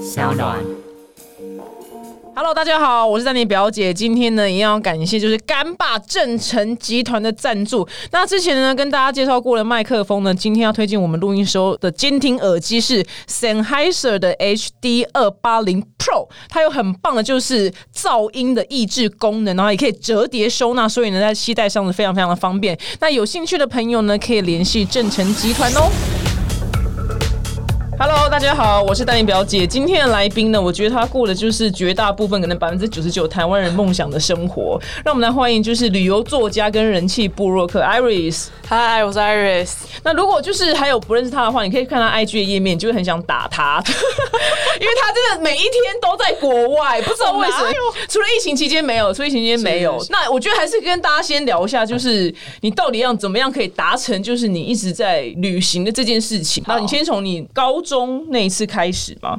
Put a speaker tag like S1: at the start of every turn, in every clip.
S1: 小暖。
S2: Hello，大家好，我是丹尼表姐。今天呢，一样要感谢就是干爸正成集团的赞助。那之前呢，跟大家介绍过了麦克风呢，今天要推荐我们录音时候的监听耳机是 Sennheiser 的 HD 二八零 Pro，它有很棒的就是噪音的抑制功能，然后也可以折叠收纳，所以呢，在携带上是非常非常的方便。那有兴趣的朋友呢，可以联系正成集团哦。Hello，大家好，我是丹妮表姐。今天的来宾呢，我觉得他过的就是绝大部分可能百分之九十九台湾人梦想的生活。让我们来欢迎就是旅游作家跟人气部落客 Iris。
S3: 嗨，我是 Iris。
S2: 那如果就是还有不认识他的话，你可以看他 IG 的页面，你就会很想打他， 因为他真的每一天都在国外，不知道为什么
S3: 哪有。
S2: 除了疫情期间没有，除了疫情期间没有
S3: 是。是
S2: 那我觉得还啊是跟大家先聊一下，就是你到底要怎么样可以达成，就是你一直在旅行的这件事情。那你先从你高中那一次开始嘛，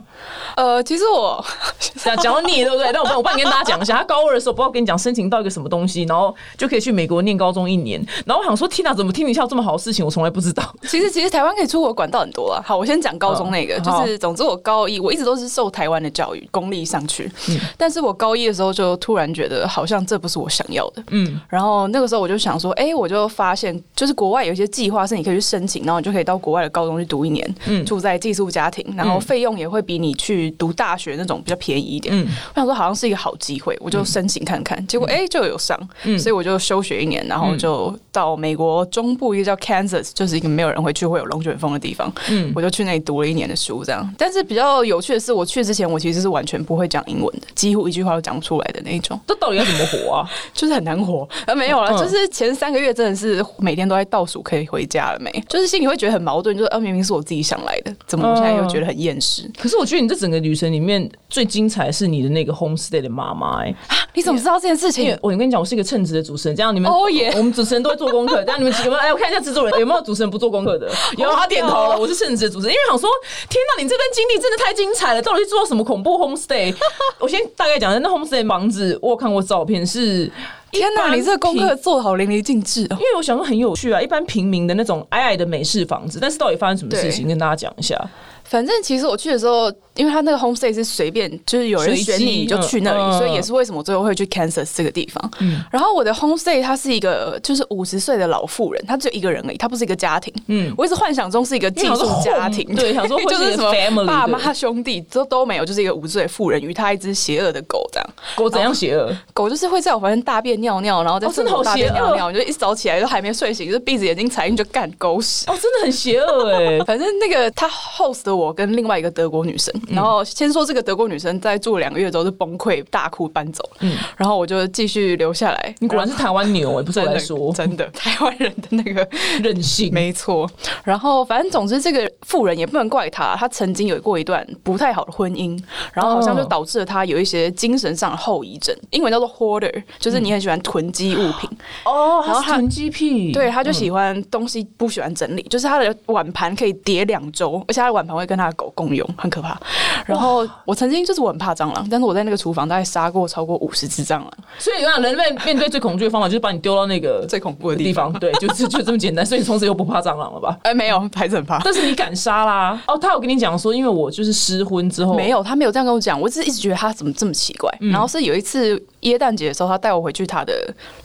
S3: 呃，其实我
S2: 讲讲到你对不对？但我帮我帮你跟大家讲一下，他高二的时候，不知道跟你讲申请到一个什么东西，然后就可以去美国念高中一年。然后我想说，天哪，怎么听你笑这么好的事情，我从来不知道。
S3: 其实其实台湾可以出国管道很多啊了。好，我先讲高中那个，
S2: 嗯
S3: 就是总之我高一我一直都是受台湾的教育公立上去，但是我高一的时候就突然觉得好像这不是我想要的，
S2: 嗯
S3: 嗯，然后那个时候我就想说，哎、我就发现就是国外有一些计划是你可以去申请，然后你就可以到国外的高中去读一年，嗯，住在寄宿家庭，然后费用也会比你去读大学那种比较便宜一点，
S2: 嗯
S3: 我想说好像是一个好机会，我就申请看看，结果哎、诶就有上，
S2: 嗯
S3: 所以我就休学一年，然后就到美国中部一个叫 Kansas，就是一个没有人会去会有龙卷风的地方，
S2: 嗯
S3: 我就去那里读了一年的书，这样。但是比较有趣的是，我去之前我其实是完全不会讲英文的，几乎一句话都讲不出来的那一种，
S2: 这到底要怎么活啊？
S3: 就是很难活。呃，没有了，
S2: 嗯
S3: 就是前三个月真的是每天都在倒数可以回家了没，就是心里会觉得很矛盾，就是呃明明是我自己想来的，怎么我现在又觉得很厌世？
S2: 可是我觉得你这整个旅程里面最精彩是你的那个 homestay 的妈妈、欸，
S3: 你怎么知道这件事
S2: 因
S3: 情
S2: 为？我跟你讲，我是一个称职的主持人，这样你们
S3: 哦耶
S2: 我们主持人都会做功课，但你们有没有？哎，我看一下制作人有没有主持人不做功课 的？哦有，他点头了。我是称职的主持人，因为想说，天哪，你这段经历真的太精彩了，到底是做到什么恐怖 homestay？我先大概讲一下，那 homestay 房子，我有看过照片是。
S3: 天
S2: 哪，
S3: 哪，你这个功课做的好淋漓尽致哦
S2: 因！为我想说很有趣啊，一般平民的那种矮矮的美式房子，但是到底发生什么事情，
S3: 对
S2: 跟大家讲一下。
S3: 反正其实我去的时候，因为他那个 homestay 是随便，就是有人选
S2: 随机
S3: 你就去那里，
S2: 嗯嗯
S3: 所以也是为什么我最后会去 Kansas 这个地方。然后我的 homestay 他是一个就是五十岁的老妇人，她只有一个人而已，她不是一个家庭。
S2: 嗯
S3: 嗯，我一直幻想中是一个寄宿家庭，
S2: 因为想 说 home- 对想说会
S3: 就是
S2: 一个
S3: 什么
S2: family，
S3: 爸
S2: 对
S3: 妈兄弟都都没有，就是一个五十岁的妇人与她一只邪恶的狗这样。
S2: 狗怎样邪恶？
S3: 狗就是会在我房间大便尿尿，然后在
S2: 哦真的好
S3: 厕所大便
S2: 邪恶
S3: 尿尿，你就一早起来就还没睡醒，就闭着眼睛踩进去就干狗屎。
S2: 哦，真的很邪恶哎、
S3: 反正那个他 host 的我跟另外一个德国女生，
S2: 嗯
S3: 然后先说这个德国女生在住两个月之后就崩溃大哭搬走，嗯，然后我就继续留下来。
S2: 你果然是台湾牛哎、不是我来
S3: 真的
S2: 说
S3: 真的台湾人的那个
S2: 任性。
S3: 没错。然后反正总之，这个富人也不能怪他，他曾经有过一段不太好的婚姻，然后好
S2: 哦
S3: 像就导致了他有一些精神上的后遗症，英文叫做 hoarder，就是你很喜欢囤积物品，
S2: 哦，然后
S3: 然后
S2: 他
S3: 他
S2: 囤积癖，
S3: 对，他就喜欢东西不喜欢整理，就是他的碗盘可以叠两周，而且他的碗盘会跟他的狗共用，很可怕。然后我曾经就是我很怕蟑螂，但是我在那个厨房大概杀过超过五十只蟑螂，
S2: 所以你看，人类面对最恐惧的方法就是把你丢到那个
S3: 最恐怖的
S2: 地
S3: 地方。
S2: 方，对，就是 就这么简单。所以你从此又不怕蟑螂了吧？
S3: 哎、没有，还是很怕。
S2: 但是你敢杀啦？哦，他有跟你讲说，因为我就是失婚之后，嗯
S3: 没有，他没有这样跟我讲，我只是一直觉得他怎么这么奇怪。然后是有一次耶诞节的时候，他带我回去他的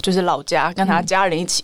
S3: 就是老家，跟
S2: 嗯
S3: 他家人一起。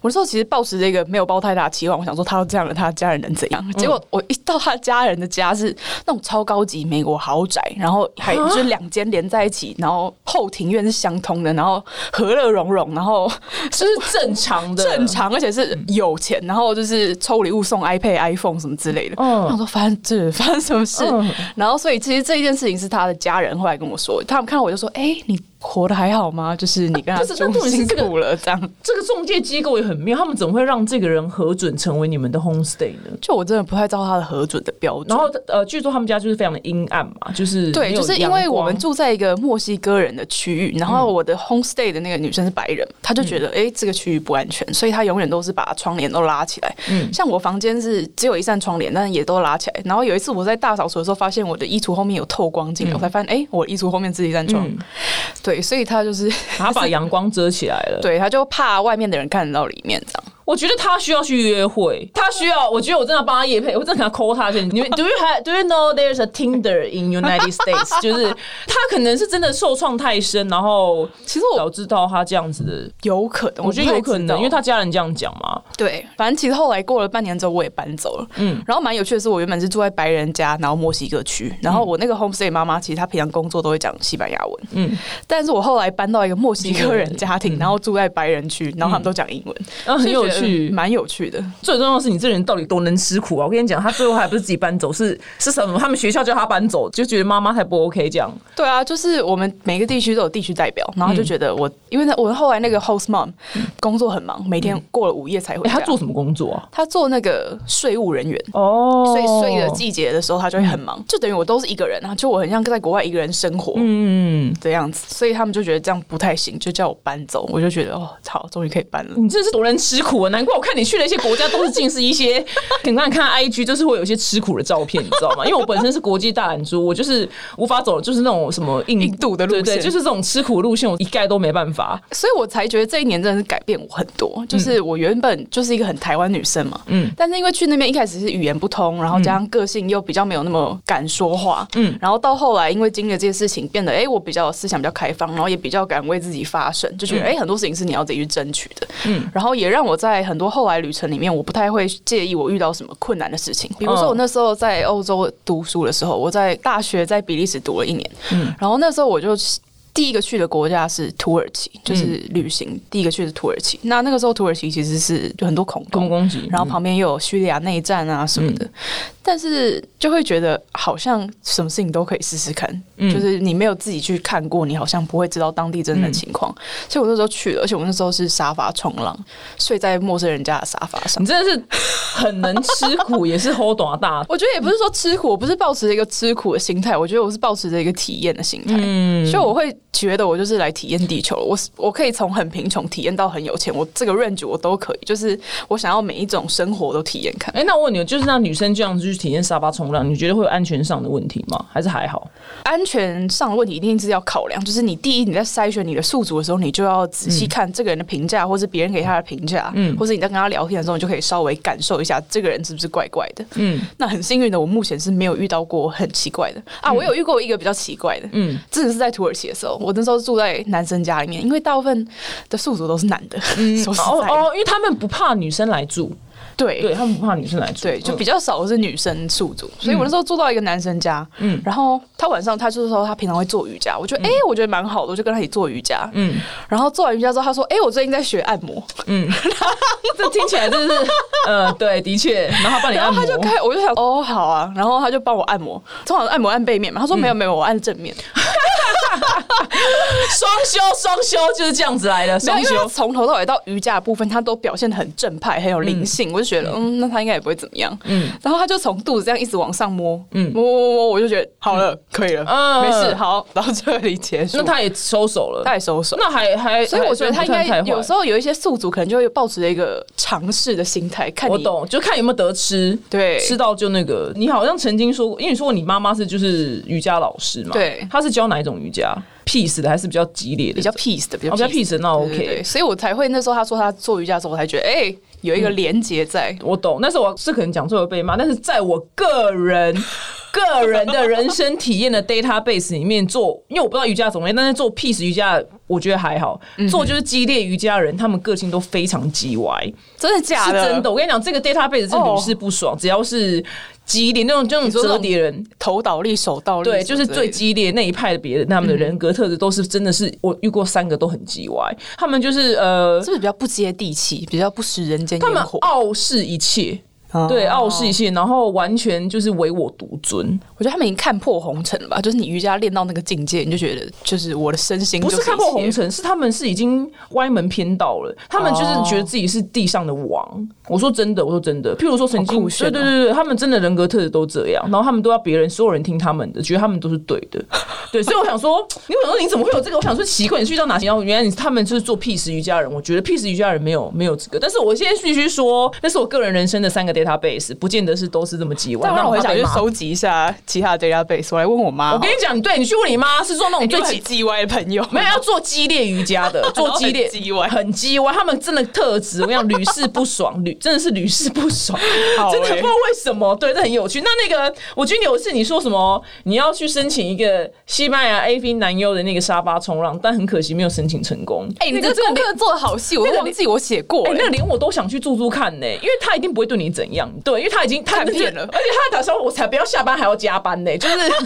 S3: 我那时候其实抱持这个没有抱太大期望，我想说他都这样了，他的家人能怎
S2: 嗯
S3: 样？结果我一到他家人的家是那种超高级美国豪宅，然后 还就是两间连在一起，然后后庭院是相通的，然后和乐融融，然后
S2: 就是正常的，
S3: 正。常，而且是有钱，然后就是抽礼物送 iPad、iPhone 什么之类的。
S2: 嗯
S3: 我想说发生这发生什么事？
S2: 嗯
S3: 然后所以其实这一件事情是他的家人后来跟我说，他们看到我就说：“哎、你活得还好吗？就是你跟他
S2: 啊不是那重
S3: 住
S2: 点是
S3: 辛
S2: 这个
S3: 苦了这样。”
S2: 这个中介机构也很妙，他们怎么会让这个人核准成为你们的 homestay 呢？
S3: 就我真的不太知道他的核准的标准。
S2: 然后呃，据说他们家就是非常的阴暗嘛，就是
S3: 对，
S2: 没有
S3: 就是因为
S2: 阳
S3: 我
S2: 光嗯
S3: 们住在一个墨西哥人的区域，然后我的 homestay 的那个女生是白人，她就觉得哎、诶这个区域不安全，所以她永远都是把窗帘都拉起来。嗯，像我房间是只有一扇窗帘，但是也都拉起来。然后有一次我在大扫除的时候，发现我的衣橱后面有透光镜，
S2: 嗯
S3: 我才发现哎、诶我衣橱后面是一扇窗。 对，所以她就是
S2: 他把阳光遮起来了。
S3: 对，她就怕外面的人看得到里面这样。
S2: 我觉得他需要去约会，他需要，我觉得我真的帮他夜配，我真的给他 call 他去。你们 do you have do you know there's a Tinder in United States？就是 他可能是真的受创太深，然后
S3: 其实
S2: 导
S3: 我
S2: 致到他这样子的。
S3: 有可能，
S2: 我觉得有
S3: 不太
S2: 可
S3: 知道
S2: 能，因为他家人这样讲嘛。
S3: 对，反正其实后来过了半年之后，我也搬走了。嗯，然后蛮有趣的是，我原本是住在白人家，然后墨西哥区，然后我那个 homestay 妈妈其实她平常工作都会讲西班牙文，
S2: 嗯
S3: 嗯，但是我后来搬到一个墨西哥人家庭，然后住在白人区，然后他们都讲英文，
S2: 啊很有
S3: 所以觉得
S2: 趣
S3: 嗯蛮有趣的。
S2: 最重要的是，你这个人到底多能吃苦啊！我跟你讲，他最后还不是自己搬走，是是什么？他们学校叫他搬走，就觉得妈妈才不 OK 这样。
S3: 对啊，就是我们每个地区都有地区代表，然后就
S2: 嗯
S3: 觉得我，因为呢，我后来那个 host mom 工作很忙，每天过了午夜才回
S2: 哎、嗯
S3: 家。
S2: 他做什么工作啊？
S3: 她做那个税务人员，
S2: 哦，
S3: 所以税的季节的时候，他就会很忙，就等于我都是一个人啊，就我很像在国外一个人生活
S2: 嗯，
S3: 的样子，所以他们就觉得这样不太行，就叫我搬走，我就觉得哦，好，终于可以搬了。
S2: 你真的是多能吃苦啊！难怪我看你去了一些国家，都是尽是一 些，你看看 IG 就是会有一些吃苦的照片，你知道吗？因为我本身是国际大懒猪，我就是无法走，就是那种什么印
S3: 印度的路线
S2: 对对，就是这种吃苦路线，我一概都没办法。
S3: 所以我才觉得这一年真的是改变我很多。就是我原本就是一个很台湾女生嘛，
S2: 嗯
S3: 嗯，但是因为去那边一开始是语言不通，然后加上个性又比较没有那么敢说话，
S2: 嗯
S3: 嗯，然后到后来因为经历了这些事情，变得哎、诶我比较思想比较开放，然后也比较敢为自己发声，就觉得哎、诶很多事情是你要自己去争取的，
S2: 嗯
S3: 嗯，然后也让我在很多后来旅程里面，我不太会介意我遇到什么困难的事情，比如说我那时候在欧洲读书的时候，我在大学在比利时读了一年，然后那时候我就第一个去的国家是土耳其，就是旅行、第一个去的土耳其。那那个时候土耳其其实是就很多恐
S2: 恐
S3: 攻，
S2: 攻击，
S3: 然后旁边又有叙利亚内战啊什么的，但是就会觉得好像什么事情都可以试试看，就是你没有自己去看过，你好像不会知道当地真正的情况。所以我那时候去了，而且我那时候是沙发冲浪，睡在陌生人家的沙发上
S2: 你。真的是很能吃 苦，也是 hold 短大。
S3: 我觉得也不是说吃苦，我不是抱持着一个吃苦的心态，我觉得我是抱持着一个体验的心态。所以我会觉得我就是来体验地球，我是我可以从很贫穷体验到很有钱，我这个 range 我都可以，就是我想要每一种生活都体验看。
S2: 哎、那我问你，就是那女生这样子去体验沙发冲浪，你觉得会有安全上的问题吗？还是还好？
S3: 安全上的问题一定是要考量，就是你第一你在筛选你的宿主的时候，你就要仔细看这个人的评价，或是别人给他的评价，嗯，或是你在跟他聊天的时候，你就可以稍微感受一下这个人是不是怪怪的。
S2: 嗯
S3: 嗯，那很幸运的，我目前是没有遇到过很奇怪的啊，我有遇过一个比较奇怪的，
S2: 嗯
S3: 嗯，这个是在土耳其的时候，我那时候住在男生家里面，因为大部分的宿主都是男的， 说实
S2: 哦
S3: 在的，
S2: 哦，因为他们不怕女生来住，
S3: 对
S2: 对他们不怕女生来住，
S3: 对，就
S2: 嗯
S3: 比较少的是女生宿主，所以我那时候住到一个男生家，嗯，然后他晚上他就是说他平常会做瑜伽，我觉得哎、诶我觉得蛮好的，我就跟他一起做瑜伽，嗯，然后做完瑜伽之后，他说哎、诶我最近在学按摩，
S2: 这听起来真的是，呃，对，的确。然后他帮你
S3: 然
S2: 哎按
S3: 后
S2: 摩，
S3: 他就开，我就想哦好啊，然后他就帮我按摩，通常按摩按背面嘛，他说没有没有，我按正面，
S2: 双休双休就是这样子来的，
S3: 没有
S2: 双
S3: 因为他
S2: 休。
S3: 从头到尾到瑜伽的部分，他都表现得很正派，很有灵性，我就觉得嗯，那他应该也不会怎么样，嗯，然后他就从肚子这样一直往上摸，嗯，摸摸摸摸，我就觉得好了，可以了，
S2: 嗯
S3: 没事，好，到这里结束，
S2: 那他也收手了，
S3: 太收手。
S2: 那还还，
S3: 所以我觉得他应该有时
S2: 候
S3: 候有一些宿主可能就会抱持着一个尝试的心态，看你
S2: 我懂，就看有没有得吃，
S3: 对
S2: 吃到就那个。你好像曾经说过，因为你说过你妈妈是就是瑜伽老师嘛，
S3: 对
S2: 她是教哪一种瑜伽？peace 的还是比较激烈的？
S3: 比较 peace 的，比较
S2: 哦比较 peace 的那
S3: 对
S2: OK
S3: 对对所以我才会那时候他说他做瑜伽的时候，我才觉得哎、有一个连结在。
S2: 我懂，那时候我是可能讲错了被骂，但是在我个人 个人的人生体验的 database 里面做，因为我不知道瑜伽怎么样，但是做 peace 瑜伽我觉得还好，
S3: 嗯
S2: 做就是激烈瑜伽人，他们个性都非常叽歪，
S3: 真的假
S2: 是
S3: 的？
S2: 真的。我跟你讲，这个 database 是屡
S3: 哦
S2: 试不爽，只要是激烈那种这种
S3: 说那
S2: 折
S3: 种
S2: 叠人。
S3: 头倒立、手倒立，
S2: 对，就是最。激烈那一派的别人，他们的人格特质都是真的是我遇过三个都很叽歪，他们就是呃，
S3: 是不是比较不接地气，比较不食人间
S2: 他们
S3: 烟火？
S2: 傲视一切，
S3: 哦
S2: 对，傲视一切，然后完全就是唯我独尊，
S3: 我觉得他们已经看破红尘了吧？就是你瑜伽练到那个境界，你就觉得就是我的身心
S2: 不是
S3: 就可以
S2: 看破红
S3: 歇
S2: 尘，是他们是已经歪门偏道了，他们就是觉得
S3: 哦
S2: 自己是地上的王。我说真的，我说真的，譬如说曾
S3: 好
S2: 经，
S3: 酷炫
S2: 对
S3: 哦
S2: 对对对，他们真的人格特质都这样，然后他们都要别人所有人听他们的，觉得他们都是对的，对，所以我想说，你我想说你怎么会有这个？我想说奇怪，你去到哪些？然后原来你他们就是做 peace 瑜伽人，我觉得 peace 瑜伽人没有没有这个，但是我现在必须说，那是我个人人生的三个 data database，不见得是都是这么几万。
S3: 但
S2: 那
S3: 让我很
S2: 怕
S3: 想
S2: 被
S3: 去
S2: 骂
S3: 收集一下其他的 database，我来问我妈。
S2: 我跟你讲，对你去问你妈是做那种最
S3: 最
S2: 极
S3: 很 G 歪的朋友，
S2: 没有要做激烈瑜伽 的，做激烈
S3: 很鸡歪
S2: 很鸡歪，他们真的特质，我跟你讲屡试不爽，屡真的是屡试不爽，
S3: 好
S2: 真的
S3: 欸
S2: 不知道为什么，对，这很有趣。那那个，我觉得有一次你说什么，你要去申请一个西班牙 AV 男优的那个沙发冲浪，但很可惜没有申请成功。
S3: 哎、你
S2: 那
S3: 这
S2: 个
S3: 功课做的好细，我都忘记我写过、
S2: 哎、
S3: 了。
S2: 那个连我都想去住住看呢、因为他一定不会对你怎样，对，因为他已经他
S3: 看
S2: 就是
S3: 遍了
S2: 而且他还打算我才不要下班还要加班呢、就是 是要去住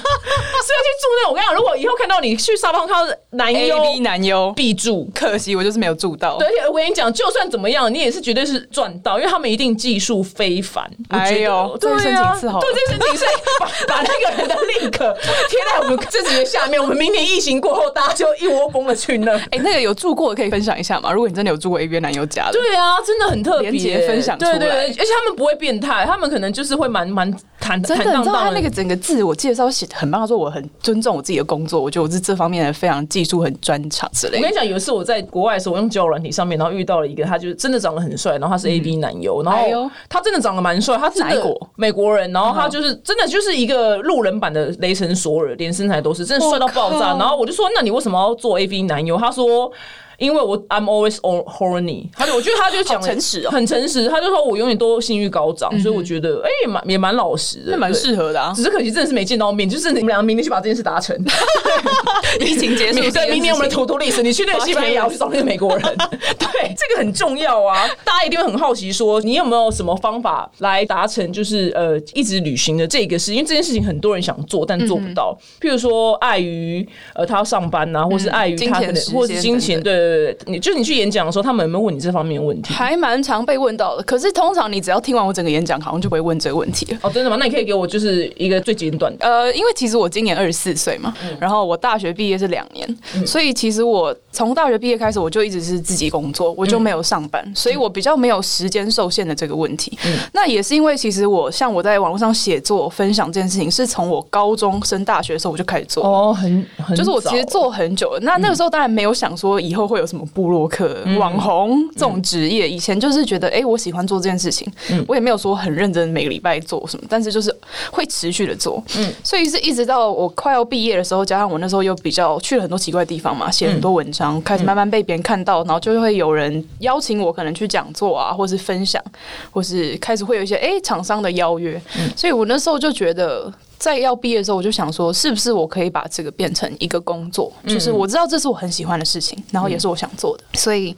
S2: 那种。我跟你讲，如果以后看到你去沙发冲浪男
S3: A
S2: 优
S3: B 男优，
S2: 必住。
S3: 可惜我就是没有住到。
S2: 对，而且我跟你讲，就算怎么样，你也是绝对是赚到，因为他们一定技术非凡。我觉得
S3: 哎呦
S2: 对
S3: 再申
S2: 啊
S3: 请一次好了
S2: 对，再申请一次，把把那个人的 link 贴在我们自己的下面。我们明年疫情过后，大家就一窝蜂的去那。
S3: 哎、那个有住过的可以分享一下吗？如果你真的有住过 A B 男优家的，
S2: 对啊，真的很特别、
S3: 连结分享出
S2: 对
S3: 来
S2: 对，对而且他们不会变态，他们可能就是会蛮蛮坦
S3: 真
S2: 坦
S3: 的，
S2: 荡
S3: 你知道他
S2: 荡
S3: 那个
S2: 的。
S3: 整个自我介绍写的很棒，他说我很尊重我自己的工作，我觉得我是这方面的非常技术很专长之类
S2: 我
S3: 的
S2: 跟。你讲，有一次我在国外的时候，我用交友软体上面，然后遇到了一个，他就是真的长得很帅，然后他是 A B 男优，然
S3: 嗯哎呦嗯
S2: 后他真的长得蛮帅，他真
S3: 哪一
S2: 的
S3: 国
S2: 美国人，然后他就是真的就是一个路人版的雷神索尔，连身材都是，真的帅到爆
S3: 我
S2: 炸。
S3: 靠
S2: 然后我就说，那你为什么要做 A B 男优？他说。因为我 I'm always o- horny，他就我觉得他就讲
S3: 好诚实哦嗯
S2: 很诚实，他就说我永远都性欲高涨，所以我觉得哎也蛮也蛮老实的，
S3: 那蛮
S2: 对
S3: 适合的啊！
S2: 只是可惜真的是没见到面，就是你们两个明天去把这件事达成。
S3: 疫情 结束，
S2: 对，明年我们的土土历史，你去那个西班牙，我去找那个美国人。对，这个很重要啊！大家一定会很好奇说你有没有什么方法来达成，就是呃，一直旅行的这个事？因为这件事情很多人想做，但做不到。譬如说，碍于呃他要上班呐、啊，或是碍于
S3: 金
S2: 他
S3: 钱
S2: 可能，
S3: 时
S2: 或是
S3: 间
S2: 金
S3: 等
S2: 钱，
S3: 等
S2: 对对对对，你就是你去演讲的时候，他们有没有问你这方面的问题？
S3: 还蛮常被问到的。可是通常你只要听完我整个演讲，好像就不会问这个问题了。
S2: 哦，真的吗？那你可以给我就是一个最简短的。
S3: 呃，因为其实我今年二十四岁嘛，然后我大学毕业是两年，所以其实我从大学毕业开始，我就一直是自己工作，我就没有上班，所以我比较没有时间受限的这个问题。那也是因为其实我像我在网络上写作分享这件事情，是从我高中升大学的时候我就开始做。
S2: 哦，很很
S3: 就是我其实
S2: 早嗯
S3: 做很久了，那那个时候当然没有想说以后会有什么部落客、网红这种职
S2: 嗯
S3: 业。以前就是觉得，哎、我喜欢做这件事情，我也没有说很认真每个礼拜做什么，但是就是会持续的做。嗯，所以是一直到我快要毕业的时候，加上我那时候又比较去了很多奇怪的地方嘛，
S2: 嗯
S3: 写很多文章，开始慢慢被别人看到，然后就会有人邀请我，可能去讲座啊，或是分享，或是开始会有一些哎厂、商的邀约。
S2: 嗯
S3: 所以我那时候就觉得。在要毕业的时候，我就想说，是不是我可以把这个变成一个工作？就是我知道这是我很喜欢的事情，然后也是我想做的，所以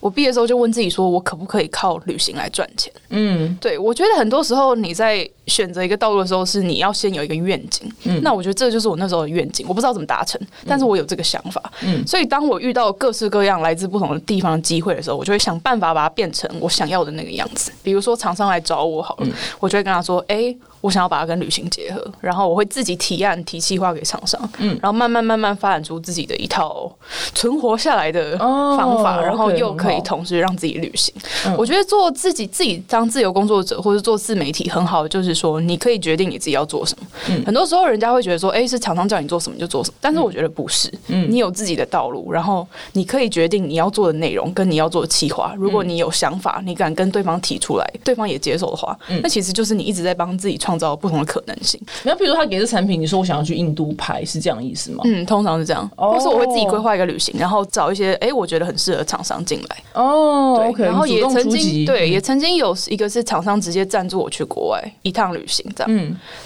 S3: 我毕业的时候就问自己说，我可不可以靠旅行来赚钱？嗯，对，我觉得很多时候你在选择一个道路的时候，是你要先有一个愿景。
S2: 嗯
S3: 那我觉得这就是我那时候的愿景，我不知道怎么达成，但是我有这个想法。嗯，所以当我遇到各式各样来自不同的地方的机会的时候，我就会想办法把它变成我想要的那个样子。比如说厂商来找我
S2: 嗯
S3: 好了，我就会跟他说：“哎、我想要把它跟旅行结合。”然后我会自己提案、提计划给厂商，嗯，然后慢慢慢慢发展出自己的一套存活下来的
S2: 哦
S3: 方法，然后
S2: OK，
S3: 又可
S2: 很
S3: 以
S2: 好
S3: 同时让自己旅行。我觉得做自己自己当自由工作者，或者做自媒体很好，就是说你可以决定你自己要做什么。很多时候人家会觉得说，哎、是厂商叫你做什么就做什么，但是我觉得不是，你有自己的道路，然后你可以决定你要做的内容跟你要做的企划。如果你有想法，你敢跟对方提出来，对方也接受的话，那其实就是你一直在帮自己创造不同的可能性。
S2: 那比如说他给这产品，你说我想要去印度拍，是这样的意思吗？
S3: 嗯，通常是这样，
S2: 哦
S3: 或是我会自己规划一个旅行，然后找一些哎、我觉得很适合厂商进来。
S2: 哦
S3: 对
S2: ，OK，
S3: 然后
S2: 你主
S3: 也
S2: 动
S3: 曾
S2: 出击嗯
S3: 经对，也曾经有一个是厂商直接赞助我去国外一趟旅行，这样。
S2: 嗯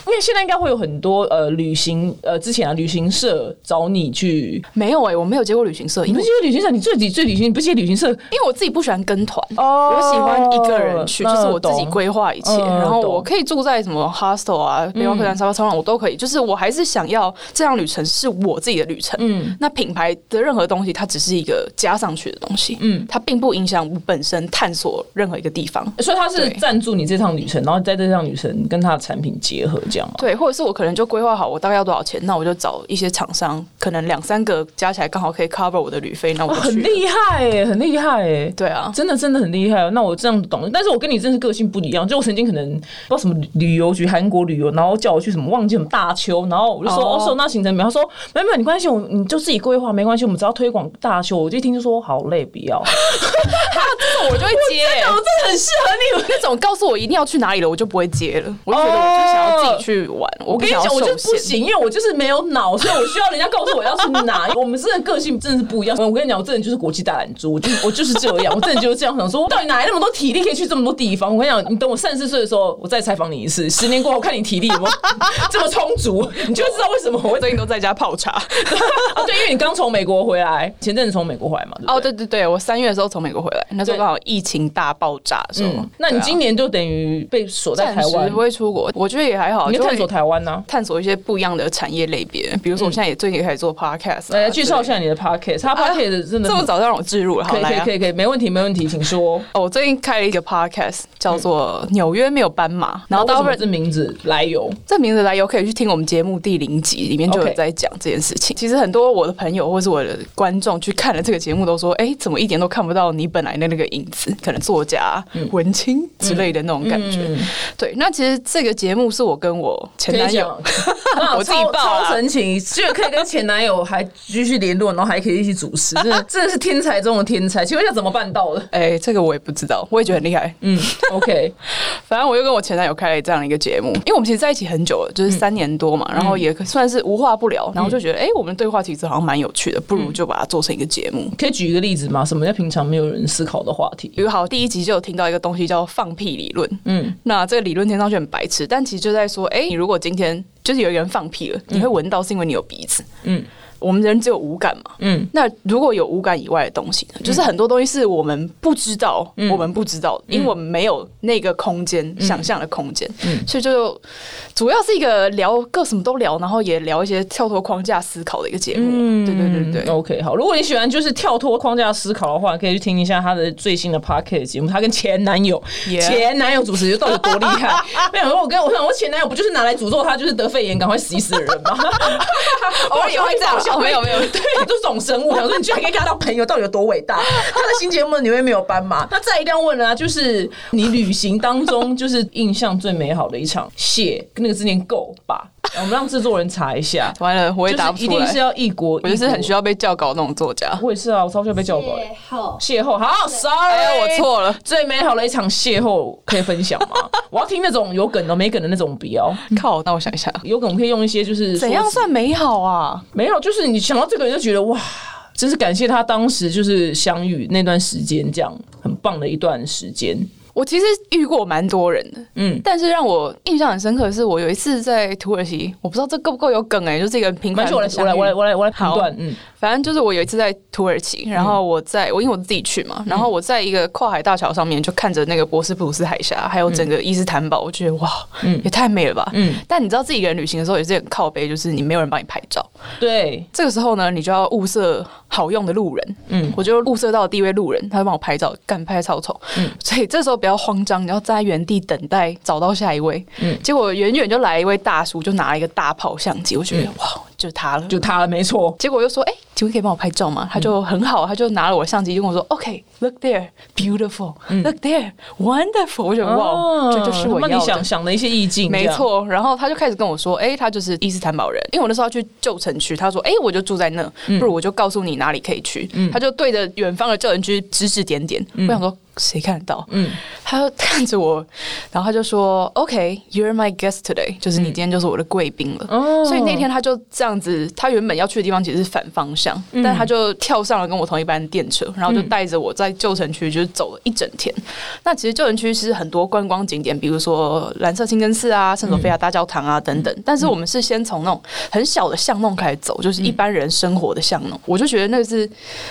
S2: 因为现在应该会有很多呃旅行呃之前啊旅行社找你去，
S3: 没有哎、我没有接过旅行社，
S2: 你
S3: 因
S2: 不
S3: 为
S2: 是旅行社，你最底最旅行，你不是旅行社
S3: 因为我自己不喜欢跟团。
S2: 哦
S3: 我喜欢一个人去，就是我自己规划一切，
S2: 嗯
S3: 然后
S2: 懂嗯
S3: 我可以住在什么 hostel 啊、背包客栈、沙发冲浪，我都可以。就是我还是想要这趟旅程是我自己的旅程。嗯，那品牌的任何东西，它只是一个加上去的东西。嗯，它并不影响我本身探索任何一个地方。
S2: 所以他是
S3: 对
S2: 赞助你这趟旅程，然后在这趟旅程跟他的产品结合，这样吗？
S3: 对，或者是我可能就规划好我大概要多少钱，那我就找一些厂商可能两三个加起来刚好可以 cover 我的旅费，那我
S2: 哇，
S3: 就
S2: 哦很
S3: 去了。
S2: 厉害耶，很厉害耶。
S3: 对啊，
S2: 真的真的很厉害哦，那我这样懂，但是我跟你真是个性不一样。就我曾经可能不知道什么旅旅游局，韩国旅游，然后叫我去什么忘记什么大邱，然后我就说
S3: 哦
S2: 哦，收、那行程表，他说没有没有，你关系我你就自己规划没关系，我们只要推广大邱。我就一听就说好累，不 要，
S3: 啊，这种我就会接、
S2: 我真的很适合你们。
S3: 那种告诉我一定要去哪里了，我就不会接了。我就觉得我就想要自己去玩，
S2: 我
S3: 我不
S2: 跟你
S3: 想
S2: 讲，
S3: 要
S2: 哦我就
S3: 受
S2: 不
S3: 限。
S2: 行，因为我就是没有脑，所以我需要人家告诉我要去哪。 我们真的个性真的是不一样。我跟你讲，我真的就是国际大懒猪，我就我就是这样，我真的就是这样想说，我到底哪来那么多体力可以去这么多地方？我跟你讲，你等我三十岁的时候，我再采访你一次，十年过后我看你体力有没有这么充足，你就会知道为什么我会。
S3: 最近都在家泡茶。
S2: 哦，对，因为你刚从美国回来，前阵子从美国回来嘛。对不对
S3: 哦，对对对，我三月的时候从美国回来，那时候
S2: 对
S3: 刚好疫情大爆炸的时候。
S2: 嗯，那你今年就等于被锁在
S3: 啊暂
S2: 台
S3: 时
S2: 湾
S3: 不，会出国，我觉得也还好，
S2: 你就
S3: 就会
S2: 探索台湾嗯呢、
S3: 探索一些不一样的产业类别，比如说我现在也最近也开始做 podcast，、啊
S2: 来介绍一
S3: 之类
S2: 下你的 podcast，他 podcast 真的
S3: 的。这么早就让我置入了，好
S2: 可以可
S3: 来
S2: 以
S3: 啊
S2: 可！以可以，没问题没问题，请说。
S3: 哦，我最近开了一个 podcast，叫做《纽约没有斑马》，然
S2: 然
S3: 后
S2: 后
S3: 大
S2: 到
S3: 部分
S2: 底这名字来由，
S3: 这名字来由可以去听我们节目第零集，里面就
S2: OK
S3: 有在讲这件事情。其实很多我的朋友或是我的观众去看了这个节目，都说：“哎、怎么一点都看不到你本来的那个影子？可能作家、文青之类的那种感觉。对，那其实这个节目是我跟我嗯前男友，
S2: 哇
S3: 我自己
S2: 超
S3: 报啊
S2: 超神奇，居然可以跟前男友还继续联络，然后还可以一起主 持，真的真的是天才中的天才。请问一下怎么办到的？
S3: 哎、这个我也不知道，我也觉得很厉害。
S2: 嗯，OK，
S3: 反正我又跟我前男友开了这样一个节目，因为我们其实在一起很久了，就是三年多嘛，然后也算是无话不聊，然后就觉得，哎、我们对话其实好像蛮有趣的，不如就把它做成一个节目。
S2: 可以举一个例子吗？什么叫平常没有人思考的话题？
S3: 比如好，第一集就有听到一个东西叫放屁理论，嗯，那这个理论听上去很白痴，但其实就在说，哎、你如果今天就是有一个人放屁了，你会闻到是因为你有鼻子，
S2: 嗯
S3: 嗯。我们人只有五感嘛，
S2: 嗯
S3: 嗯，那如果有五感以外的东西呢，就是很多东西是我们不知道，
S2: 嗯
S3: 我们不知道的，因为我们没有那个空间、想象的空间，
S2: 嗯
S3: 所以就主要是一个聊各什么都聊，然后也聊一些跳脱框架思考的一个节目，
S2: 嗯
S3: 对对对对，
S2: o k 好。如果你喜欢就是跳脱框架思考的话，可以去听一下她的最新的 p o c k e t 节目，她跟前男友
S3: Yeah
S2: 前男友主持到底多厉 害？没有，我跟我想，我前男友不就是拿来诅咒他就是得肺炎赶快死一死的人吗？
S3: 偶尔也会这样
S2: 我想
S3: 哦没有没有
S2: 对，就这种生物，想说你居然可以跟他当朋友，到底有多伟大？ 他的新节目《纽约没有斑马》，那再一定要问了啊，就是你旅行当中就是印象最美好的一场谢，那个字念够吧？我们让制作人查一下。
S3: 完了 我也答
S2: 就
S3: 不
S2: 是一
S3: 出
S2: 定
S3: 来，
S2: 是要异国，
S3: 我就是很需
S2: 要。
S3: 要被教稿那种作家。
S2: 我也是啊，我超需要被叫过来。
S1: 邂逅，
S2: 邂逅，好，sorry，、
S3: 哎呀我错了
S2: 最美好的一场邂逅可以分享 吗？我要听那种有梗的，没梗的那种不要。
S3: 靠，那我想一下，
S2: 有梗我们可以用一些就是
S3: 嗯怎样
S2: 说辞
S3: 算美好啊？
S2: 没有，就是你想到这个人就觉得哇，真是感谢他当时就是相遇那段时间，这样很棒的一段时间。
S3: 我其实遇过蛮多人的，
S2: 嗯
S3: 嗯，但是让我印象很深刻的是，我有一次在土耳其，我不知道这够不够有梗哎、就是一个平
S2: 没
S3: 凡
S2: 关系，我来，我来，
S3: 相遇
S2: 我来，我来，我来评
S3: 好
S2: 断。嗯，
S3: 反正就是我有一次在土耳其，然后我在我因为我自己去嘛，然后我在一个跨海大桥上面就看着那个博斯普鲁斯海峡，还有整个伊斯坦堡，我觉得哇，也太美了吧，
S2: 嗯
S3: 嗯。但你知道自己一个人旅行的时候也是很靠背，就是你没有人帮你拍照，
S2: 对，
S3: 这个时候呢，你就要物色好用的路人。
S2: 嗯
S3: 嗯，我就物色到第一位路人，他就帮我拍照，干拍得超丑。嗯，所以这时候不要慌张，你要站在原地等待，找到下一位。嗯，结果远远就来一位大叔，就拿了一个大炮相机，我觉得、哇，嗯就他了。
S2: 就他了，没错。
S3: 结果我就说，哎、请问可以帮我拍照吗？他就很好，他就拿了我相机，就跟我说，OK，look、there, beautiful, look there, wonderful。我觉得哇，
S2: 哦
S3: 这就是我
S2: 那
S3: 要
S2: 你
S3: 的。
S2: 想想的一些意境，
S3: 没
S2: 这样。
S3: 错，然后他就开始跟我说，哎、他就是伊斯坦堡人，因为我那时候要去旧城区，他说，哎、我就住在那，
S2: 嗯
S3: 不如我就告诉你哪里可以去，他就对着远方的旧城区指指点点，我想说谁看得到，
S2: 嗯
S3: 他就看着我，然后他就说，OK，you're、my guest today，就是你今天就是我的贵宾了，
S2: 嗯哦
S3: 所以那天他就这样子，他原本要去的地方其实是反方向，但他就跳上了跟我同一班电车，然后就带着我在旧城区就是走了一整天。那其实旧城区是很多观光景点，比如说蓝色清真寺啊、圣索菲亚大教堂啊等等。但是我们是先从那种很小的巷弄开始走，就是一般人生活的巷弄，我就觉得那是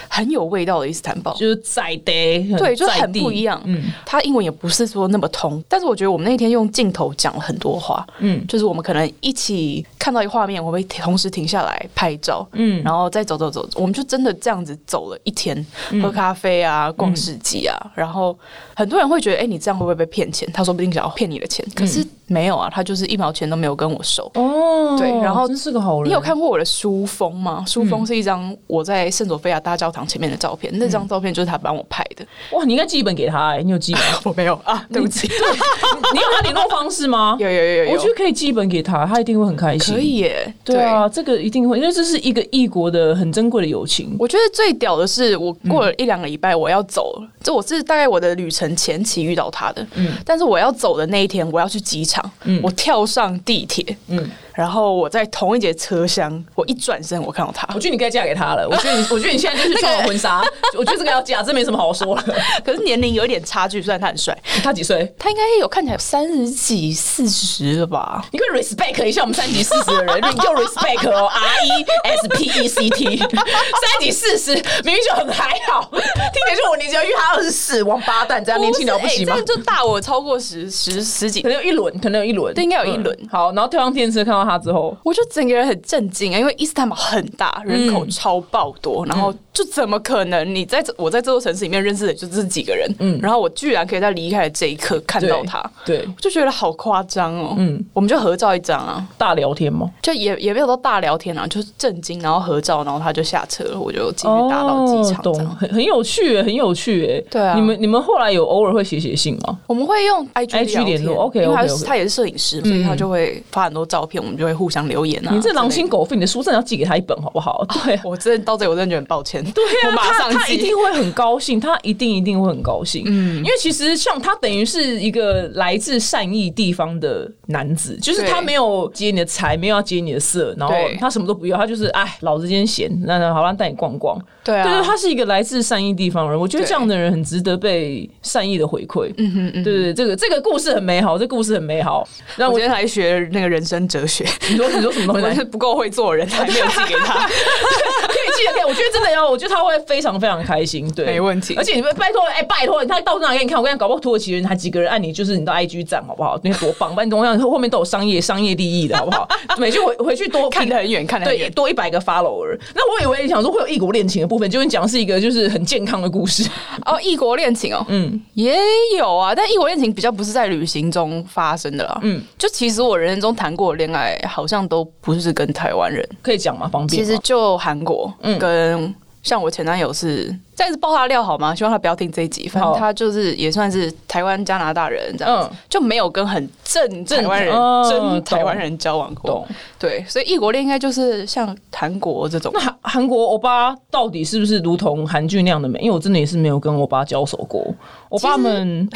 S3: 很有味道的伊斯坦堡。
S2: 就是在地，
S3: 对，就是
S2: 在
S3: 很
S2: 地
S3: 不一样。
S2: 嗯
S3: 嗯，他英文也不是说那么通，但是我觉得我们那天用镜头讲了很多话。
S2: 嗯
S3: 嗯，就是我们可能一起看到一个画面，我们会同时停下来拍照，
S2: 嗯
S3: 嗯，然后再走走走，我们就真的这样子走了一天，喝咖啡啊，逛市集啊。然后很多人会觉得，哎、你这样会不会被骗钱？他说不定想要骗你的钱，可是没有啊，他就是一毛钱都没有跟我收。
S2: 哦，
S3: 对然后
S2: 真是个好人。
S3: 你有看过我的书封吗？书封是一张我在圣索菲亚大教堂前面的照片，那张照片就是他帮我拍的。
S2: 哇？你应该寄一本给他、欸，你有寄吗？
S3: 我没有啊，对 不起。
S2: 你有他联络方式吗？
S3: 有有有有有，
S2: 我觉得可以寄一本给他，他一定会很开心。
S3: 可以耶。
S2: 对啊，这个一定会，因为这是一个异国的很珍贵的友情。
S3: 我觉得最屌的是，我过了一两个礼拜我要走了，这我是大概我的旅程前期遇到他的，但是我要走的那一天，我要去机场，我跳上地铁，
S2: 嗯
S3: 然后我在同一节车厢，我一转身，我看到他
S2: 我，觉得你该嫁给他了。 我觉得你，我觉得你现在就是穿完婚纱， 我觉得这个要嫁，这没什么好 说了。
S3: 可是年龄有一点差距，虽然他很帅，
S2: 他几岁？
S3: 他应该有看起来有三十几、四十了吧？
S2: 你可以 respect 一下我们三级四十的人，你就 respect 哦，R E S P E C T，三级四十明明就很还好，听起来就我年纪要遇他二十四，王八蛋，这样年轻了不起吗
S3: 哎？这样就大我超过十十十几
S2: 可，能有一轮，可能有一轮，
S3: 对应该有一轮
S2: 嗯好，然后跳上电车看到他之后，
S3: 我就整个人很震惊啊，因为伊斯坦堡很大，人
S2: 嗯
S3: 口超爆多，然后就怎么可能你在这我在这座城市里面认识的就这几个人，嗯，然后我居然可以在离开的这一刻看到他，
S2: 对
S3: 我就觉得好夸张哦，嗯，我们就合照一张啊，
S2: 大聊天吗？
S3: 就也也没有到大聊天啊，就是震惊，然后合照，然后他就下车了，我就继续搭到机场这
S2: 哦懂，
S3: 样。
S2: 很很有趣耶，很有趣耶。
S3: 对啊
S2: 你们你们后来有偶尔会写写信吗？
S3: 我们会用 IG 聊天
S2: 联络，OK，OK，OK
S3: 因为他是他也是摄影师，所以他就会发很多照片，我们就会互相留言啊。
S2: 你这狼
S3: 之类
S2: 心狗肺，你的书真的要寄给他一本好不
S3: 哦
S2: 好？对啊
S3: 的，。我真的到这里我真的觉得很抱歉，对
S2: 对
S3: 我
S2: 啊，
S3: 马上
S2: 他他
S3: 寄
S2: 一定会很高兴，他一定一定会很高兴，嗯，因为其实像他等于是一个来自善意地方的男子，就是
S3: 对
S2: 他没有劫你的财，没有要劫你的色，然后
S3: 对
S2: 他什么都不要，他就是哎，老子今天闲，那那好，那带你逛逛，
S3: 对啊，
S2: 对对，他是一个来自善意地方的人，我觉得
S3: 对
S2: 这样的人很值得被善意的回馈。嗯哼嗯，对对，这个这个故事很美好，这故事很美好。让
S3: 我
S2: 我
S3: 今天来学那个人生哲学，
S2: 你说你说什么
S3: 我
S2: 东西
S3: 真
S2: 来？
S3: 是不够会做人，还没有寄给 他。
S2: 可以寄得给我，我觉得真的要，我觉得他会非常非常开心，对，
S3: 没问题
S2: 而且你们拜托，哎、拜托，他到处拿给你看，我跟你讲，搞不好土耳其人还几个人按你，就是你到 IG 站好不好？那多棒！把你东西后面都有商业商业利益的好 不好？每去回回去多
S3: 看得很远看得很
S2: 对
S3: 远
S2: 多一百个 follower。那我以为你想说会有异国恋情的部分，结果你讲的是一个就是很健康的故事。
S3: 哦，异国恋情哦，嗯，也有啊，但异国恋情比较不是在旅行中发生的啦，嗯，就其实我人生中谈过的恋爱，好像都不是跟台湾人，
S2: 可以讲吗？方便
S3: 其
S2: 吗？
S3: 实就韩国，跟像我前男友是，再次爆他料好吗？希望他不要听这一集，反正
S2: 好
S3: 他就是也算是台湾加拿大人这样子，
S2: 嗯
S3: 就没有跟很正
S2: 正
S3: 台湾人、
S2: 哦
S3: 真台湾
S2: 懂
S3: 人交往过
S2: 懂，。
S3: 对，所以异国恋应该就是像韩国这种
S2: 那。韩韩国欧巴到底是不是如同韩剧那样的美？因为我真的也是没有跟欧巴交手过。欧巴们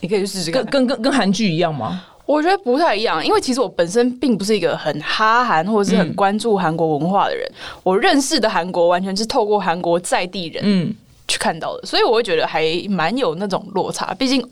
S3: 你可以去试试
S2: 跟
S3: 看。
S2: 跟跟跟韩剧一样吗？
S3: 我觉得不太一样，因为其实我本身并不是一个很哈韩或者是很关注韩国文化的人，我认识的韩国完全是透过韩国在地人
S2: 嗯，
S3: 去看到的，所以我会觉得还蛮有那种落差。毕竟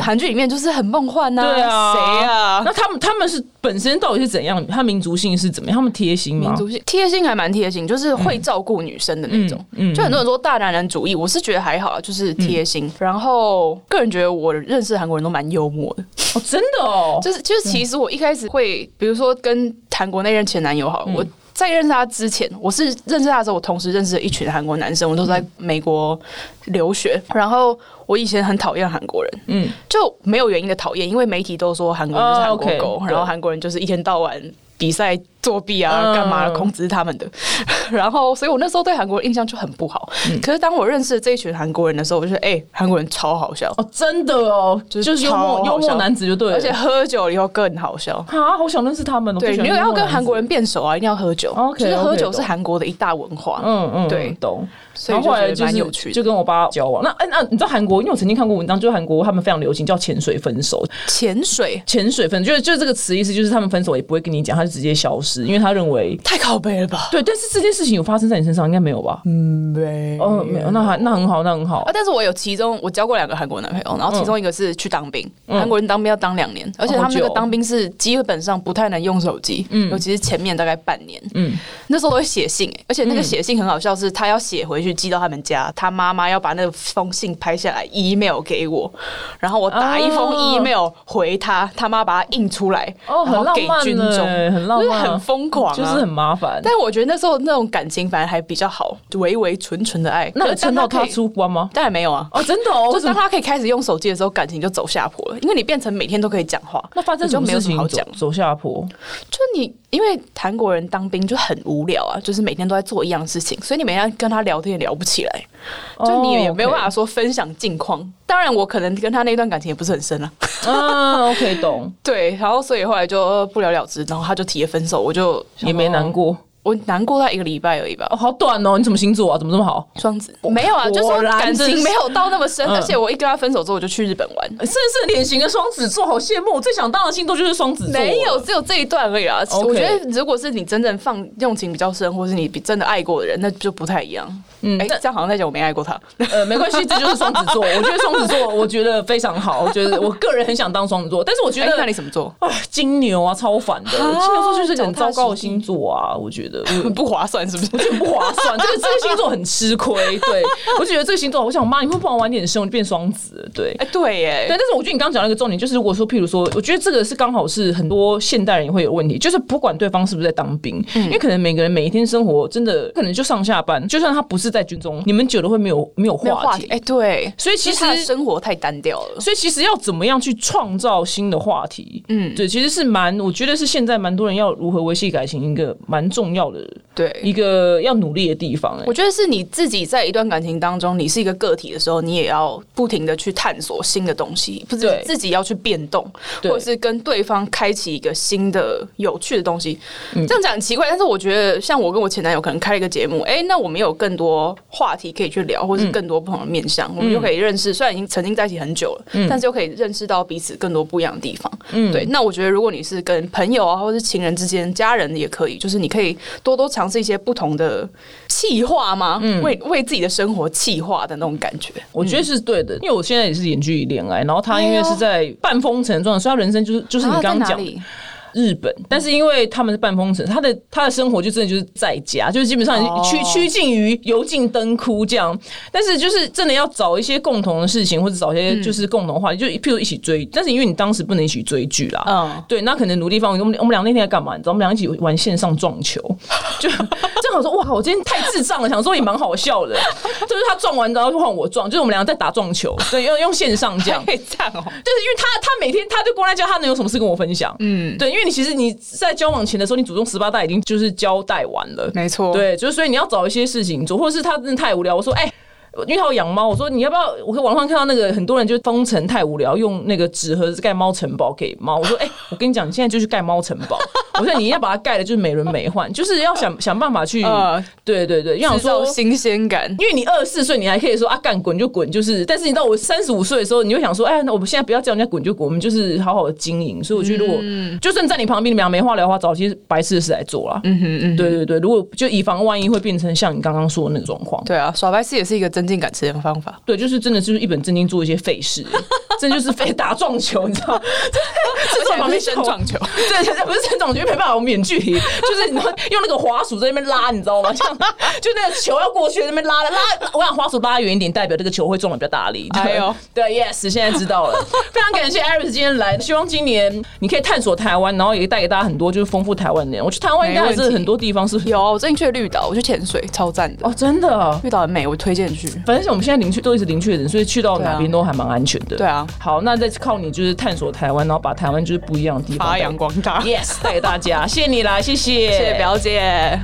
S3: 韩剧里面就是很梦幻呐、
S2: 嗯对啊，
S3: 谁啊？
S2: 那他们他们是本身到底是怎样？他民族性是怎么样？他们贴心吗
S3: 民？族性贴心还蛮贴心，就是会照顾女生的那种。
S2: 嗯
S3: 就很多人说大男人主义，我是觉得还好啊，就是贴心。
S2: 嗯
S3: 然后个人觉得我认识韩国人都蛮幽默的，
S2: 哦，真的哦，
S3: 就是就是，其实我一开始会，比如说跟韩国那任前男友
S2: 嗯
S3: 好了，我在认识他之前，我是认识他的时候，我同时认识了一群韩国男生，我都在美国留学，然后。我以前很讨厌韩国人，嗯
S2: 嗯，
S3: 就没有原因的讨厌，因为媒体都说韩国人就是韩国
S2: 哦
S3: 狗，
S2: ，OK，
S3: 然后
S2: 对
S3: 韩国人就是一天到晚比赛作弊啊，
S2: 嗯
S3: 干嘛控制他们的。 然后，所以我那时候对韩国人印象就很不好。
S2: 嗯
S3: 可是当我认识了这一群韩国人的时候，我就觉得，哎、韩国人超好笑，
S2: 哦，真的哦，
S3: 就是
S2: 就是幽默
S3: 超好
S2: 幽默
S3: 笑
S2: 男子就对了，
S3: 而且喝酒了以后更好笑。
S2: 啊，好想认识他们哦，
S3: 对，
S2: 最喜欢
S3: 没有
S2: 幽
S3: 要
S2: 默
S3: 跟
S2: 男
S3: 韩
S2: 子
S3: 国人变熟啊，一定要喝酒。
S2: OK，
S3: 就是喝
S2: OK，
S3: 酒是
S2: 懂
S3: 韩国的一大文化。
S2: 嗯嗯，
S3: 对
S2: 懂。
S3: 所以
S2: 然后后来
S3: 就觉
S2: 就
S3: 得蛮
S2: 是
S3: 有趣的
S2: 就跟我爸交往。那哎、那你知道韩国？因为我曾经看过文章，就是韩国他们非常流行叫潜水分手。
S3: 潜水
S2: 潜水分就是就是这个词意思就是他们分手也不会跟你讲，他就直接消失，因为他认为
S3: 太靠背了吧？
S2: 对。但是这件事情有发生在你身上，应该没有吧？嗯，
S3: 没
S2: 哦，没有，那还那很好，那很好
S3: 啊，。但是我有其中我交过两个韩国男朋友，然后其中一个是去当兵，韩、国人当兵要当两年，而且他们
S2: 好嗯
S3: 那个
S2: 久哦嗯
S3: 当兵是基本上不太能用手机，尤其是前面大概半年，嗯，那时候都会写信、欸而且那
S2: 嗯
S3: 个写信很好笑，是他要写回去寄到他们家，他妈妈要把那封信拍下来 email 给我，然后我打一封
S2: 哦
S3: email 回他，他妈把它印出来，
S2: 哦，
S3: 然
S2: 很
S3: 后
S2: 浪
S3: 给
S2: 漫
S3: 军
S2: 呢、
S3: 中，
S2: 很浪
S3: 就是
S2: 漫，
S3: 很很疯狂、啊，
S2: 就是很麻烦。
S3: 但我觉得那时候那种感情反而还比较好，唯唯纯纯的爱。
S2: 那有
S3: 可是当
S2: 撑到他
S3: 可以
S2: 出关吗？
S3: 当然没有啊。
S2: 哦，真的 哦，
S3: 就是
S2: 为什
S3: 当
S2: 么
S3: 他可以开始用手机的时候，感情就走下坡了，因为你变成每天都可以讲话，
S2: 那发生
S3: 你就
S2: 什么
S3: 没有
S2: 事
S3: 什么
S2: 情
S3: 好
S2: 走
S3: 讲。
S2: 走下 坡？
S3: 就你，因为韩国人当兵就很无聊啊，就是每天都在做一样事情，所以你每天跟他聊天也聊不起来，
S2: 哦
S3: 就你也没有办法说分享近况。当然，我可能跟他那段感情也不是很 深啊，
S2: 法。嗯，OK，懂，
S3: 对，然后所以后来就不了了之，然后他就提了分手，我就哦
S2: 也没难，过。
S3: 我难过到一个礼拜而已吧。
S2: 哦，好短哦，你什么星座啊？怎么这么好？
S3: 双子没有啊，就
S2: 果
S3: 是
S2: 然
S3: 感
S2: 真
S3: 情
S2: 是
S3: 没有到那么深，
S2: 嗯
S3: 而且我一跟他分手之后，我就去日本玩，
S2: 真的是典型的双子座，好羡慕！我最想当的星座就是双子座。
S3: 没有，只有这一段而已啦。
S2: OK
S3: 我觉得如果是你真正放用情比较深，或是你比真的爱过的人，那就不太一样。嗯，哎、这样好像在讲我没爱过他。
S2: 呃，没关系，这就是双子 座。我觉得双子座，我觉得非常好，我觉得我个人很想当双子座，但是我觉
S3: 哎、
S2: 得
S3: 那你怎么做？
S2: 啊，金牛啊，超烦的。金牛座就是很糟糕的
S3: 脚踏实地
S2: 星座啊，我觉得。我
S3: 很 不划算，是不是？
S2: 很不划算， 这个这个星座很吃亏。对我就觉得这个星座，我想妈，你会不会帮我晚点生，我就变双子了。对，
S3: 哎、对 耶，
S2: 对，但是我觉得你刚刚讲到一个重点，就是如果说，譬如说，我觉得这个是刚好是很多现代人也会有问题，就是不管对方是不是在当兵，
S3: 嗯
S2: 因为可能每个人每一天生活真的可能就上下班，就算他不是在军中，你们久了会没有没有
S3: 没有
S2: 话
S3: 话
S2: 题
S3: 题。。哎、对，
S2: 所以其
S3: 就是他的
S2: 实
S3: 生活太单调了。
S2: 所以其实要怎么样去创造新的话题？嗯，对，其实是蛮，我觉得是现在蛮多人要如何维系感情一个蛮重要的
S3: 对，
S2: 一个要努力的地方、欸。
S3: 我觉得是你自己在一段感情当中，你是一个个体的时候，你也要不停的去探索新的东西，不
S2: 对
S3: 是自己要去变动，
S2: 对
S3: 或者是跟对方开启一个新的有趣的东西。
S2: 嗯
S3: 这样讲很奇怪，但是我觉得，像我跟我前男友可能开了一个节目，哎、那我们有更多话题可以去聊，或
S2: 嗯
S3: 是更多不同的面向，我们就可以认识。虽然已经曾经在一起很久了，
S2: 嗯
S3: 但是又可以认识到彼此更多不一样的地方。对。那我觉得，如果你是跟朋友啊，或是情人之间、家人也可以，就是你可以多多尝试一些不同的气化吗？
S2: 嗯
S3: 为为自己的生活气化的那种感觉。
S2: 我觉得是对的，因为我现在也是远距离恋爱，然后他因为是在半封城状态，所以他人生就是就是你
S3: 啊
S2: 刚刚
S3: 在哪
S2: 讲
S3: 里
S2: 日本，但是因为他们是半封城，他的他的生活就真的就是在家，就是基本上
S3: 哦
S2: 趋趋近于油尽灯枯这样。但是就是真的要找一些共同的事情，或者找一些就是共同的话题，就譬如一起追，但是因为你当时不能一起追剧啦，
S3: 嗯
S2: 对，那可能努力方面，我们我们俩那天在干嘛？你知道，我们俩一起玩线上撞球，就正好说哇，我今天太智障了，想说也蛮好笑的，就是他撞完然后就换我撞，就是我们俩在打撞球，对，用用线上这样。
S3: 可以 这样
S2: 就是
S3: 哦、
S2: 因为他他每天他就过来教他能有什么事跟我分享，嗯，对，因为你其实你在交往前的时候，你祖宗十八代已经就是交代完了，
S3: 没错
S2: 对，就是所以你要找一些事情做，或者是他真的太无聊，我说哎。因为他有养猫，我说你要不要？我网上看到那个很多人就封城太无聊，用那个纸盒子盖猫城堡给猫。我说，哎、我跟你讲，你现在就去盖猫城 堡。我说你要把它盖的就是美轮美奂，就是要想想办法去，
S3: 呃
S2: 对对对，要想
S3: 制造
S2: 说
S3: 新鲜感。
S2: 因为你二十四岁，你还可以说啊干滚就滚，就是。但是你到我三十五岁的时候，你会想说，哎，那我们现在不要叫人家滚就滚，我们就是好好的经营。所以我觉得，如果、就算在你旁边，你们俩没话聊的话，找些白痴的事来做啦。嗯哼嗯对对对，如果就以防万一会变成像你刚刚说的那个状况。
S3: 对啊，耍白痴也是一个增进感情的方法。
S2: 对，就是真的就是一本正经做一些废 事，真的就是废打撞球，你知道 吗？这
S3: 而且
S2: 旁
S3: 还
S2: 边
S3: 是身撞球，
S2: 对对对，不是这种，就没办法，我们远距离，就是你知道用那个滑鼠在那边拉，你知道吗？这样就那个球要过去，在那边拉拉，我想滑鼠拉远一点，代表这个球会中的比较大力。对
S3: 哎呦
S2: 对，yes，现在知道了。非常感谢 Iris 今天来，希望今年你可以探索台湾，然后也带给大家很多就是丰富台湾的内容。我去台湾应该还是
S3: 没问题
S2: 很多地方是
S3: 有，啊我最近去了绿岛，我去潜水，超赞的。
S2: 哦，真的啊。
S3: 绿岛很美，我推荐你去。
S2: 反正我们现在零确都一直零确诊，所以去到
S3: 对啊
S2: 哪边都还蛮安全的。
S3: 对啊
S2: 好，那再靠你就是探索台湾，然后把
S3: 哎
S2: 台湾就是不一样的地方带
S3: 光大
S2: yes 带给大家，谢谢你啦，谢谢，
S3: 谢谢表姐。